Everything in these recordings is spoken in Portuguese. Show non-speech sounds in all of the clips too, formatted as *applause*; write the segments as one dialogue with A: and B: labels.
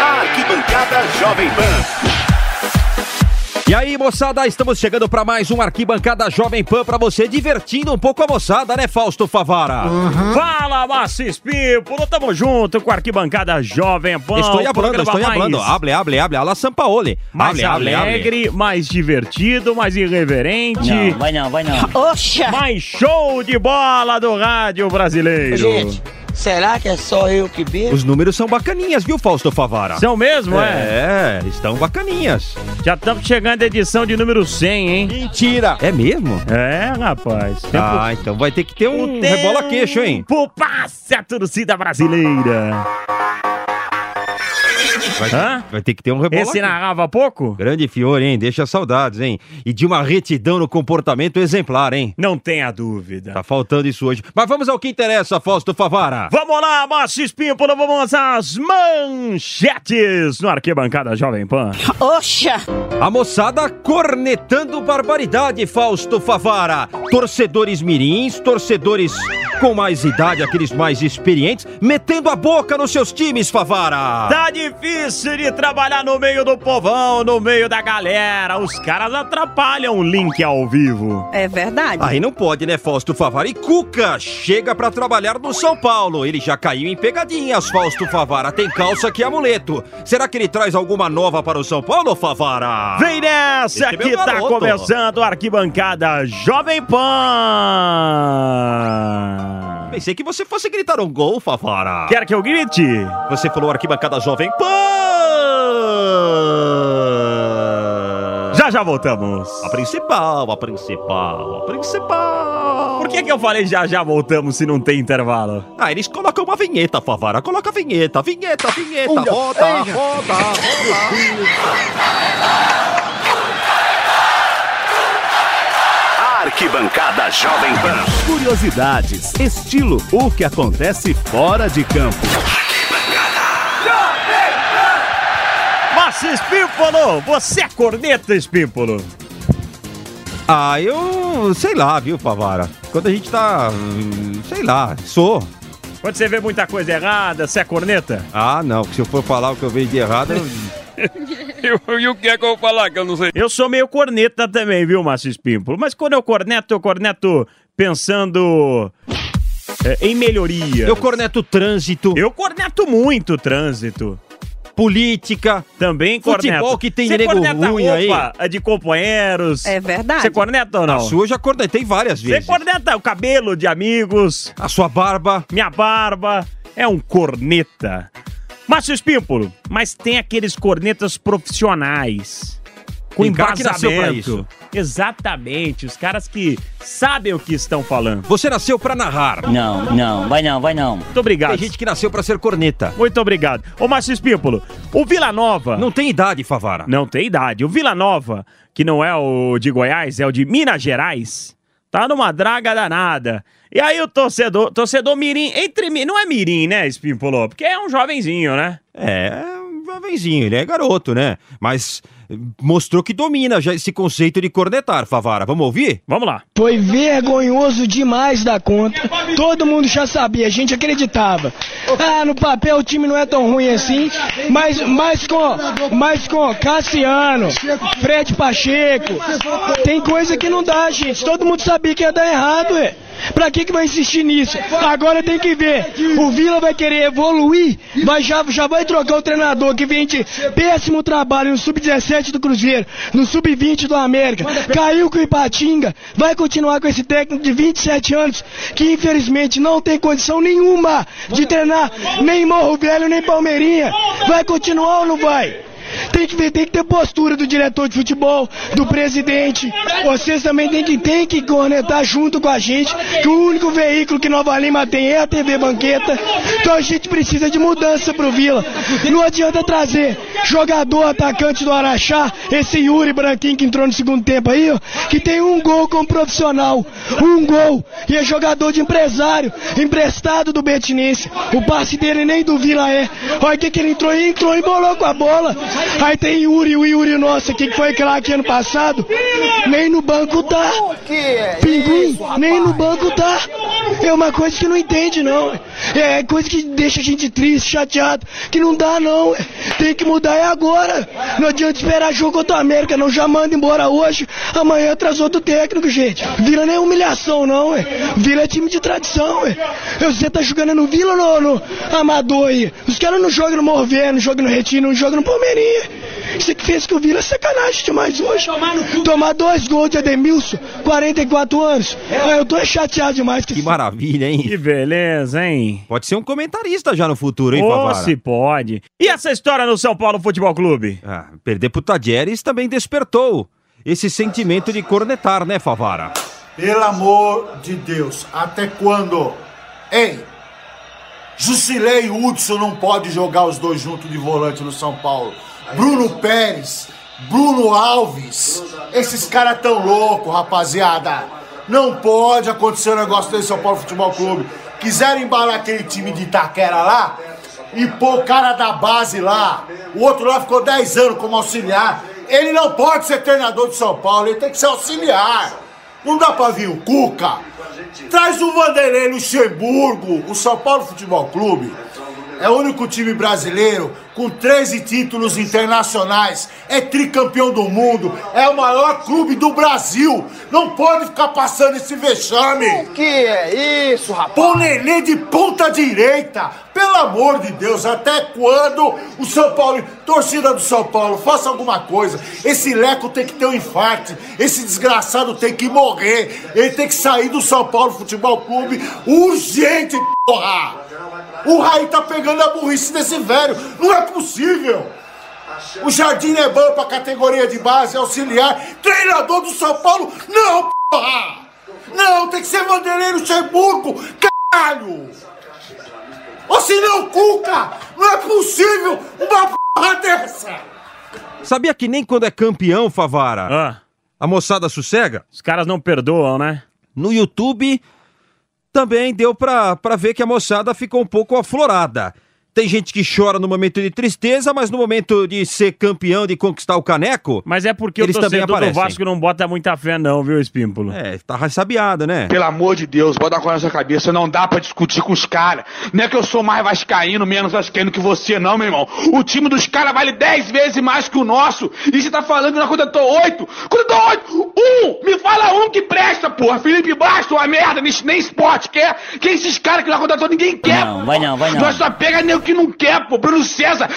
A: Arquibancada Jovem Pan.
B: E aí, moçada, estamos chegando para mais um Arquibancada Jovem Pan para você, divertindo um pouco a moçada, né, Fausto Favara?
C: Fala, Massis Pipo! Tamo junto com a arquibancada Jovem Pan.
B: estou
C: o
B: hablando,
C: programa
B: estou hablando.
C: Mais,
B: Hable, hable, hable. Ala Sampaoli.
C: mais
B: hable, hable, hable.
C: alegre, mais divertido, mais irreverente,
D: Não, vai não, vai não.
E: Oxa!
C: mais show de bola do rádio brasileiro.
E: Gente, será que é só eu que bebo?
B: Os números são bacaninhas, viu, Fausto Favara?
C: São mesmo, é?
B: É, estão bacaninhas.
C: Já estamos chegando à edição de número 100, hein?
D: Mentira!
B: É mesmo?
C: É, rapaz. Tempo...
B: Ah, então vai ter que ter um rebola queixo, hein?
C: Pô, passa a torcida brasileira.
B: Vai,
C: Hã?
B: vai ter que ter um rebola
C: Esse narrava pouco?
B: Grande Fiore, hein? Deixa saudades, hein? E de uma retidão no comportamento exemplar, hein?
C: Não tenha dúvida.
B: Tá faltando isso hoje. Mas vamos ao que interessa, Fausto Favara.
C: Vamos lá, Márcio Espímpolo, vamos às manchetes no Arquibancada Jovem Pan.
B: Ah.
E: Oxa!
B: A moçada cornetando barbaridade, Fausto Favara. Torcedores mirins, torcedores com mais idade, aqueles mais experientes, metendo a boca nos seus times, Favara.
C: Tá difícil de trabalhar no meio do povão, no meio da galera. Os caras atrapalham o link ao vivo.
F: É verdade.
B: Aí não pode, né, Fausto Favara? E Cuca chega pra trabalhar no São Paulo. Ele já caiu em pegadinhas, Fausto Favara. Tem calça que é amuleto. Será que ele traz alguma nova para o São Paulo, Favara?
C: Vem né? nessa
B: Esse é meu
C: que tá
B: garoto.
C: começando o Arquibancada Jovem Pan.
B: Pensei que você fosse gritar um gol, Favara.
C: Quer que eu grite?
B: Você falou arquibancada jovem Pan!
C: Já já voltamos.
B: A principal, a principal, a principal.
C: Por que, que eu falei já já voltamos se não tem intervalo?
B: Ah, eles colocam uma vinheta, Favara. Coloca a vinheta, vinheta, vinheta.
D: Um, dois,
B: roda,
D: três.
B: roda, roda.
A: Arquibancada Jovem Pan.
D: Curiosidades, estilo, o que acontece fora de campo.
C: Mas Espímpolo, você é corneta, Espímpolo.
B: Ah, eu sei lá, viu, Favara? Quando a gente tá. hum, Sei lá, sou.
C: Quando você vê muita coisa errada, você é corneta?
B: Ah, não, se eu for falar o que eu vejo de errado. eu-
C: *laughs*
G: E o que é que eu vou falar que eu não sei?
C: Eu sou meio corneta também, viu, Márcio Espímpolo? Mas quando eu corneto, eu corneto pensando é, em melhoria.
B: Eu corneto trânsito,
C: Eu corneto muito o trânsito.
B: política.
C: Também
B: Futebol
C: corneto.
B: que tem
C: Você
B: nego
C: corneta
B: ruim aí.
C: roupa é de companheiros.
F: É verdade.
C: Você corneta ou não?
B: A sua eu já cornetei várias
C: Você
B: vezes.
C: corneta o cabelo de amigos,
B: A sua barba.
C: minha barba. É um corneta. Márcio Espímpolo, mas tem aqueles cornetas profissionais. Com
B: Tem cara que nasceu pra
C: embasamento. Exatamente, os caras que sabem o que estão falando.
B: Você nasceu pra narrar.
D: Não, não, vai não, vai não.
C: Muito obrigado.
B: Tem gente que nasceu pra ser corneta.
C: Muito obrigado. Ô, Márcio Espímpolo, o Vila Nova.
B: Não tem idade, Favara.
C: Ah. Não tem idade. O Vila Nova, que não é o de Goiás, é o de Minas Gerais, tá numa draga danada. E aí o torcedor, torcedor mirim, entre mi- não é mirim, né, Espímpolo? Porque é um jovenzinho, né?
B: É, é um jovenzinho, ele é garoto, né? Mas eh, mostrou que domina já esse conceito de cornetar, Favara. Vamos ouvir?
C: Vamos lá.
H: Foi vergonhoso demais da conta. Todo mundo já sabia, a gente acreditava. Ah, no papel o time não é tão ruim assim, mas, mas com, mas com Cassiano, Fred Pacheco, tem coisa que não dá, gente. Todo mundo sabia que ia dar errado, ué. Pra que que vai insistir nisso? Agora tem que ver. O Vila vai querer evoluir, vai já, já vai trocar o treinador que vem de péssimo trabalho no sub-17 do Cruzeiro, no sub-20 do América. Caiu com o Ipatinga, vai continuar com esse técnico de 27 anos que infelizmente não tem condição nenhuma de treinar nem Morro Velho nem Palmeirinha. Vai continuar ou não vai? Tem que, ver- tem que ter postura do diretor de futebol, do presidente. Vocês também tem que, tem que conectar junto com a gente, que o único veículo que Nova Lima tem é a TV Banqueta. Então a gente precisa de mudança pro Vila. Não adianta trazer jogador atacante do Araxá, esse Yuri Branquinho que entrou no segundo tempo aí, ó, que tem um gol como profissional. Um gol. E é jogador de empresário, emprestado do Betinense. O passe dele nem do Vila é. Olha o que, que ele entrou e entrou e bolou com a bola. Aí tem Yuri, o Yuri nosso aqui que foi craque ano passado. Nem no banco tá. Pinguim, nem no banco tá. É uma coisa que não entende, não. É coisa que deixa a gente triste, chateado. Que não dá, não. Tem que mudar é agora. Não adianta esperar jogo contra o América, não. Já manda embora hoje. Amanhã traz outro técnico, gente. Vila não é humilhação, não. É. Vila é time de tradição. É. Você tá jogando no Vila ou no, no Amador aí? Os caras não jogam no Morvé, não jogam no Retiro, não jogam no Palmeirinha. Isso que fez com o Vila é sacanagem demais hoje. Tomar dois gols de Ademilson, 44 anos. Ah, Eu tô é chateado demais.
B: Que maravilha, hein? Que
C: beleza, hein?
B: Pode ser um comentarista já no futuro, hein,
C: Ô,
B: Favara?
C: se pode. E essa história no São Paulo Futebol Clube?
B: Ah, perder pro Tadieres também despertou esse sentimento de cornetar, né, Favara?
F: Pelo amor de Deus, até quando? Ei, Jusilei e Hudson não pode jogar os dois juntos de volante no São Paulo. Bruno Pérez, Bruno Alves, esses caras tão loucos, rapaziada. Não pode acontecer um negócio desse São Paulo Futebol Clube. Quiseram embalar aquele time de Itaquera lá e pôr o cara da base lá. O outro lá ficou 10 anos como auxiliar. Ele não pode ser treinador de São Paulo, ele tem que ser auxiliar. Não dá pra vir o Cuca, Traz o Vanderlei Luxemburgo. O São Paulo Futebol Clube é o único time brasileiro com 13 títulos internacionais. É tricampeão do mundo. É o maior clube do Brasil. Não pode ficar passando esse vexame. O que é isso, rapaz? Pô, Nenê de ponta direita. Pelo amor de Deus, até quando o São Paulo, torcida do São Paulo, faça alguma coisa? Esse Leco tem que ter um infarto, esse desgraçado tem que morrer, ele tem que sair do São Paulo Futebol Clube urgente, porra! O Raí tá pegando a burrice desse velho, não é possível! O Jardim é bom pra categoria de base, auxiliar, treinador do São Paulo, não, porra! Não, tem que ser Vanderlei Luxemburgo, caralho! Ou se não, Cuca! Não é possível uma porra dessa!
B: Sabia que nem quando é campeão, Favara,
C: Ah.
B: a moçada sossega?
C: Os caras não perdoam, né?
B: No YouTube também deu pra, pra ver que a moçada ficou um pouco aflorada. Tem gente que chora no momento de tristeza, mas no momento de ser campeão, de conquistar o caneco.
C: Mas é porque
B: eles
C: o
B: também
C: torcedor do
B: aparecem.
C: Vasco não bota muita fé não, viu, Espímpolo?
B: É, tá ressabiado, né?
I: Pelo amor de Deus, bota com a sua cabeça, não dá pra discutir com os caras. Não é que eu sou mais vascaíno, menos vascaíno que você, não, meu irmão. O time dos caras vale 10 vezes mais que o nosso. E você tá falando que nós contratou 8? Contratou 8! Um! Me fala um que presta, porra! Felipe Bastos, uma merda, nem, nem esporte quer. Quem esses caras que nós contratou, ninguém quer. Não, vai não, vai não. Nós só pega nem o que não quer, pô. Bruno César,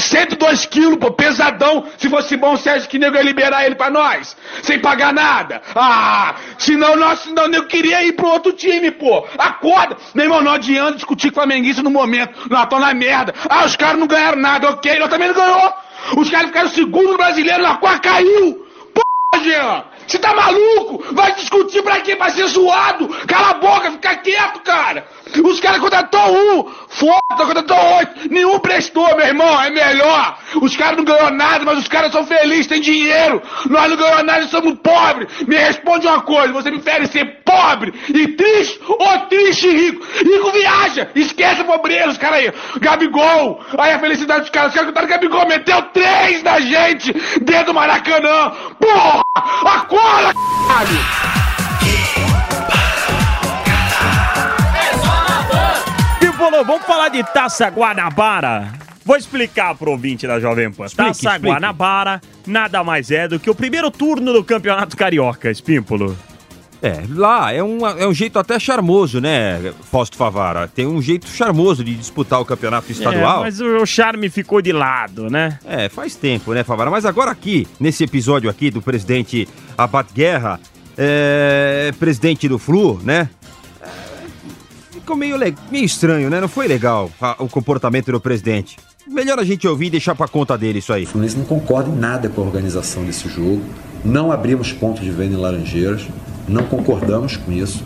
I: 102 quilos, pô, pesadão. Se fosse bom, o Sérgio que nego ia liberar ele pra nós, sem pagar nada. Ah, senão nós, senão eu queria ir pro outro time, pô. Acorda, meu irmão, não adianta discutir com o flamenguista no momento. Nós estamos na merda. Ah, os caras não ganharam nada, ok, nós também não ganhou. Os caras ficaram segundo no brasileiro, nós quase caiu. Porra, Jean, você tá maluco? Vai discutir pra quê? Pra ser zoado? Cala a boca, fica quieto, cara. Os caras contratou um, foda, contratou oito, nenhum prestou, meu irmão, é melhor. Os caras não ganhou nada, mas os caras são felizes, têm dinheiro. Nós não ganhamos nada, somos pobres. Me responde uma coisa, você prefere ser pobre e triste ou triste e rico? Rico viaja, esquece a pobreza, os caras aí. Gabigol, aí a felicidade dos caras, os caras contaram Gabigol, meteu três na gente dentro do Maracanã. Porra, acorda, caralho.
C: Espímpolo, vamos falar de Taça Guanabara? Vou explicar pro ouvinte da Jovem Pan. Taça
J: explique.
C: Guanabara nada mais é do que o primeiro turno do Campeonato Carioca, Espímpolo.
B: É, lá é um, é um jeito até charmoso, né, Fausto Favara? Tem um jeito charmoso de disputar o campeonato estadual.
C: É, mas o, o charme ficou de lado, né?
B: É, faz tempo, né, Favara? Mas agora aqui, nesse episódio aqui do presidente Abad Guerra, é, presidente do Flu, né? É, Ficou meio, le- meio estranho, né? Não foi legal a- o comportamento do presidente. Melhor a gente ouvir e deixar pra conta dele isso aí. O
J: Fluminense não concorda em nada com a organização desse jogo. Não abrimos ponto de venda em Laranjeiras, não concordamos com isso.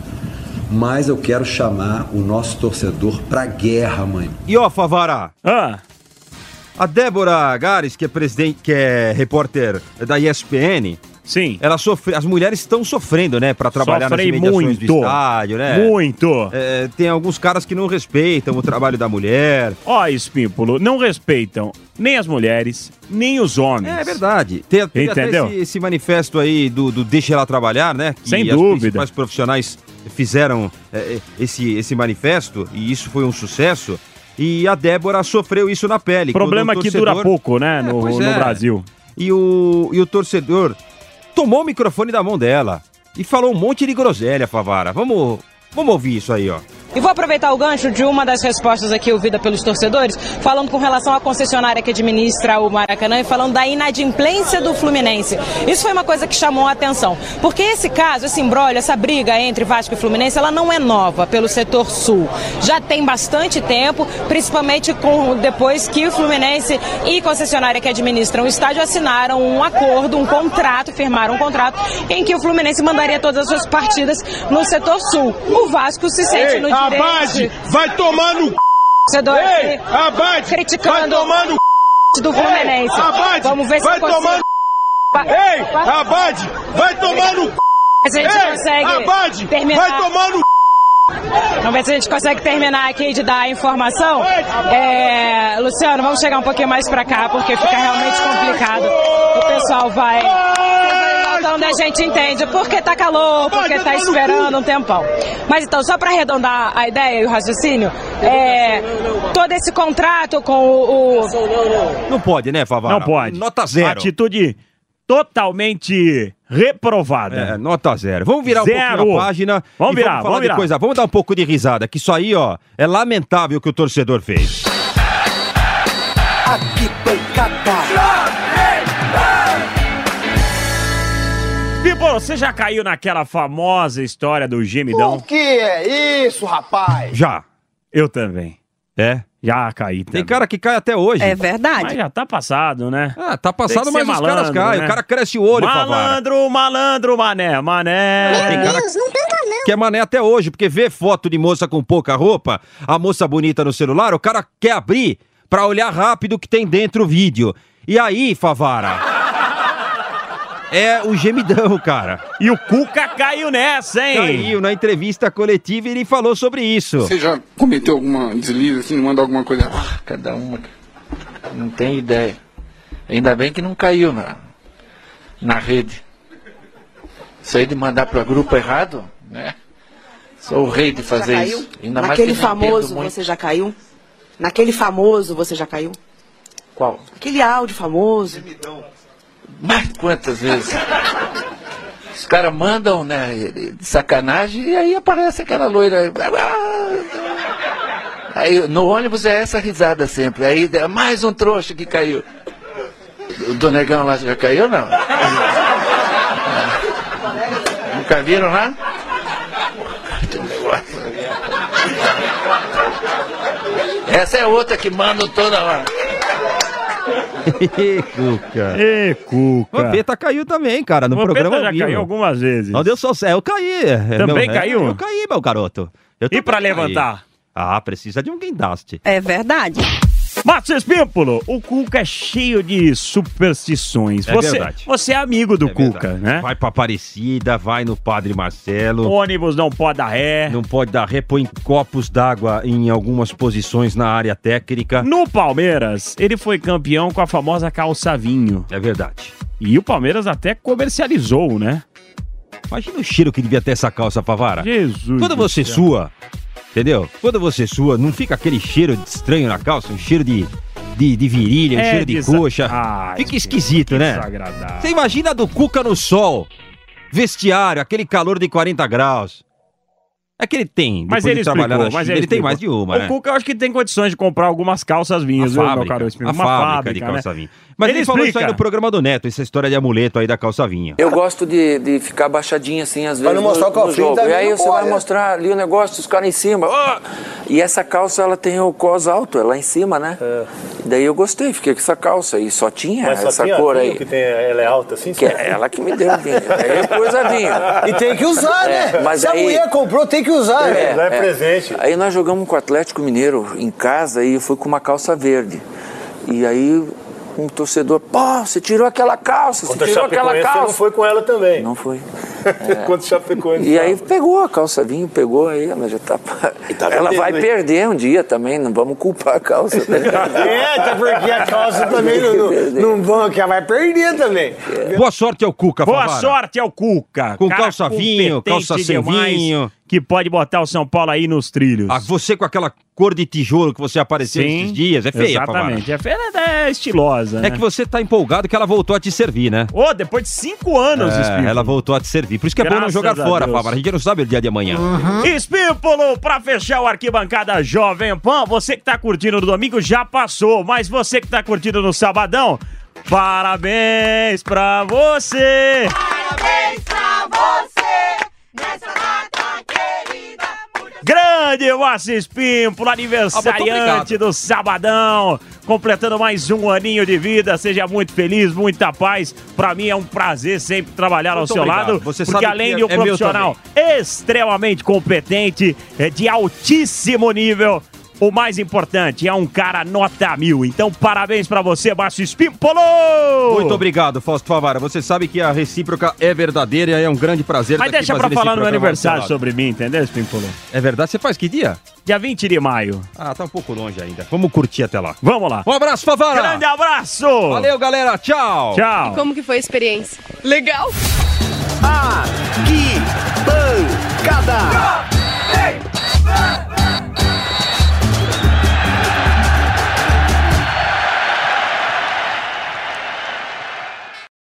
J: Mas eu quero chamar o nosso torcedor pra guerra amanhã.
B: E ó, Favara. A Débora Gares, que é presidente, que é repórter da ESPN.
C: Sim.
B: Ela sofre, as mulheres estão sofrendo, né, Pra É, trabalhar
C: Sofrem
B: nas imediações do
C: muito.
B: estádio, né?
C: Muito.
B: É, tem alguns caras que não respeitam o trabalho da mulher.
C: Ó, Espímpolo, não respeitam nem as mulheres, nem os homens.
B: É verdade. Tem, tem até
C: Entendeu?
B: esse, esse manifesto aí do, do Deixa Ela Trabalhar, né? Que
C: Sem
B: as
C: dúvida.
B: principais profissionais fizeram é, é, esse, esse manifesto e isso foi um sucesso. E a Débora sofreu isso na pele.
C: O problema é
B: quando
C: que
B: torcedor-
C: dura pouco, né, no,
B: pois
C: no
B: é.
C: Brasil.
B: E o, e o torcedor tomou o microfone da mão dela e falou um monte de groselha, Favara. Vamos, vamos ouvir isso aí, ó.
H: E vou aproveitar o gancho de uma das respostas aqui ouvida pelos torcedores, falando com relação à concessionária que administra o Maracanã e falando da inadimplência do Fluminense. Isso foi uma coisa que chamou a atenção, porque esse caso, esse embrólio, essa briga entre Vasco e Fluminense, ela não é nova pelo setor sul. Já tem bastante tempo, principalmente com- depois que o Fluminense e concessionária que administram o estádio assinaram um acordo, um contrato, firmaram um contrato em que o Fluminense mandaria todas as suas partidas no setor sul. O Vasco se sente
K: Ei,
H: no
K: Abade,
H: direito.
K: vai tomar no c...
H: Torcedor
K: Ei,
H: aqui
K: Abade, vai
H: criticando
K: tomar no c...
H: do Fluminense.
K: Ei, Abade,
H: Vamos ver se
K: vai
H: eu consigo.
K: tomar no c... Ei, Abade, vai tomar no c...
H: Ver se a gente
K: Ei,
H: consegue
K: Abade,
H: terminar.
K: vai tomar no c...
H: Vamos ver se a gente consegue terminar aqui de dar a informação. É, Luciano, vamos chegar um pouquinho mais pra cá, porque fica realmente complicado. O pessoal vai. Voltando, a gente entende porque tá calor, porque tá esperando um tempão. Mas então, só pra arredondar a ideia e o raciocínio, é, todo esse contrato com o. o-
B: Não pode, né, Favara?
C: Não pode.
B: Nota zero.
C: Atitude totalmente reprovada.
B: É, nota zero. Vamos virar um
C: Zero.
B: pouquinho a página.
C: Vamos
B: e
C: virar,
B: vamos, falar de
C: vamos virar.
B: coisa. Vamos dar um pouco de risada, que isso aí, ó, é lamentável o que o torcedor fez. É.
C: Pipo, você já caiu naquela famosa história do gemidão?
F: que é isso, rapaz?
C: Já. Eu também.
B: É?
C: Já caí. Tem
B: cara que cai até hoje.
C: É verdade. Mas já tá passado, né?
B: Ah, tá passado, mas os caras caem. O cara cresce o olho,
C: Malandro, malandro, mané, mané.
B: Tem cara que é mané até hoje, porque vê foto de moça com pouca roupa, a moça bonita no celular, o cara quer abrir pra olhar rápido o que tem dentro o vídeo. E aí, Favara? É o gemidão, cara.
C: E o Cuca caiu nessa, hein?
B: Caiu na entrevista coletiva e ele falou sobre isso.
L: Você já cometeu alguma deslize, assim, manda alguma coisa? Ah, cada uma. Não tem ideia. Ainda bem que não caiu na, na rede. Isso aí de mandar para grupo errado, né? Sou o rei de fazer
M: já caiu?
L: isso. Ainda mais
M: Naquele
L: que não entendo
M: famoso
L: muito.
M: você já caiu? Naquele famoso você já caiu?
L: Qual?
M: Aquele áudio famoso.
L: Mas quantas vezes? Os caras mandam, né, de sacanagem, e aí aparece aquela loira. Ah! Aí no ônibus é essa risada sempre. Aí é mais um trouxa que caiu. O Donegão lá já caiu, não? Nunca viram lá? Essa é outra que mandam toda hora.
B: Ê, Cuca.
C: Ê, Cuca. Um
B: Vampeta caiu também, cara, no
C: Vampeta
B: programa.
C: já
B: ao vivo.
C: caiu algumas vezes.
B: Não deu só céu, eu caí. É,
C: Também
B: meu- é,
C: caiu?
B: eu caí, meu garoto. Eu também
C: pra
B: caí.
C: levantar?
B: Ah, precisa de um guindaste.
C: É verdade. Márcio Espímpolo, o Cuca é cheio de superstições.
B: É
C: você,
B: verdade.
C: você é amigo do Cuca, né?
B: Vai pra Aparecida, vai no Padre Marcelo.
C: Ônibus não pode dar ré.
B: Não pode dar ré, põe copos d'água em algumas posições na área técnica.
C: No Palmeiras, ele foi campeão com a famosa calça vinho.
B: É verdade.
C: E o Palmeiras até comercializou, né?
B: Imagina o cheiro que devia ter essa calça, Favara.
C: Jesus
B: Quando
C: do
B: você
C: céu.
B: sua, entendeu? Quando você sua, não fica aquele cheiro estranho na calça, um cheiro de, de, de virilha, um
C: É
B: cheiro de
C: desa-
B: coxa.
C: Ah,
B: fica esquisito, né?
C: desagradável.
B: Você imagina a do Cuca no sol, vestiário, aquele calor de 40 graus. É que ele tem,
C: Mas
B: depois
C: ele
B: de trabalhar
C: explicou,
B: na
C: mas
B: China,
C: ele
B: ele, tem
C: explicou.
B: mais de uma,
C: O
B: né?
C: Cuca eu acho que tem condições de comprar algumas calças vinhas, viu,
B: A
C: meu caro Espírito?
B: a
C: Uma né?
B: fábrica de calça vinha. Mas ele, falou isso aí no programa do Neto, essa história de amuleto aí da calça vinha.
N: Eu gosto de, de ficar baixadinho assim, às
B: Pra
N: vezes.
B: não mostrar o
N: no, no
B: cofrinho tá
N: jogo.
B: da
N: E aí
B: minha
N: você vai
B: boia.
N: mostrar ali o negócio, os caras em cima. ó! E essa calça, ela tem o cos alto, é lá em cima, né?
O: Daí eu gostei, fiquei com essa calça e só tinha
P: Mas só
O: essa
P: tem a
O: cor
P: vinho
O: aí.
P: Que tem, ela é alta assim?
O: Que é ela que me deu o vinho. Aí é coisa vinho.
P: E tem que usar,
B: É.
P: né? Se a mulher
O: comprou, tem que usar.
P: né? Lá é presente.
O: Aí nós jogamos com o Atlético Mineiro em casa e eu fui com uma calça verde. E aí um torcedor, pô, você tirou aquela calça, você
P: Contra a
O: tirou aquela
P: Chapecoense, você não
O: calça.
P: foi com ela também. Não *laughs*
O: foi. É.
P: Quanto Chapecoense.
O: E aí pegou a calça vinho, pegou aí, ela já tá. ela
P: vendendo,
O: vai
P: hein?
O: perder um dia também, não vamos culpar a calça. né?
P: *laughs* É, até porque a calça também não, não, não vão, que ela vai perder também.
B: Boa sorte ao Cuca,
C: Boa
B: Favara.
C: sorte ao Cuca.
B: Com
C: Cara
B: calça vinho,
C: competente
B: calça sem
C: demais,
B: vinho.
C: Que pode botar o São Paulo aí nos trilhos.
B: Ah, você com aquela cor de tijolo que você apareceu
C: Sim,
B: esses dias, é feia,
C: Exatamente.
B: Favara.
C: É feia, é estilosa.
B: É que você tá empolgado que ela voltou a te servir, né?
C: Ô, depois de cinco anos,
B: É,
C: Espírito.
B: ela voltou a te servir. Por isso que é bom não
C: Graças
B: jogar
C: a
B: fora,
C: Deus. Uhum.
B: Favara. A gente não sabe o dia de amanhã.
C: Espímpolo, pra fechar o Arquibancada Jovem Pan, você que tá curtindo no domingo já passou, mas você que tá curtindo no sabadão, parabéns pra você! Grande Wassis Pimpo, aniversariante do Sabadão, completando mais um aninho de vida. Seja muito feliz, muita paz. Pra mim é um prazer sempre trabalhar
B: Muito
C: ao seu
B: obrigado.
C: lado,
B: Você
C: porque
B: sabe
C: além
B: que
C: de um
B: é- é meu
C: profissional extremamente competente, é de altíssimo nível. O mais importante é um cara nota mil. Então, parabéns pra você, Márcio Espimpolo!
B: Muito obrigado, Fausto Favara. Você sabe que a recíproca é verdadeira e é um grande prazer.
C: Mas
B: estar aqui
C: deixa pra
B: fazendo
C: falar
B: esse
C: no meu
B: programa
C: aniversário
B: ao seu lado.
C: sobre mim, entendeu, Espimpolo?
B: É verdade? Você faz que dia?
C: Dia 20 de maio.
B: Ah, tá um pouco longe ainda. Vamos curtir até lá.
C: Vamos lá.
B: Um abraço, Favara!
C: Grande abraço!
B: Valeu, galera. Tchau!
C: Tchau!
Q: Como que foi a experiência? Legal!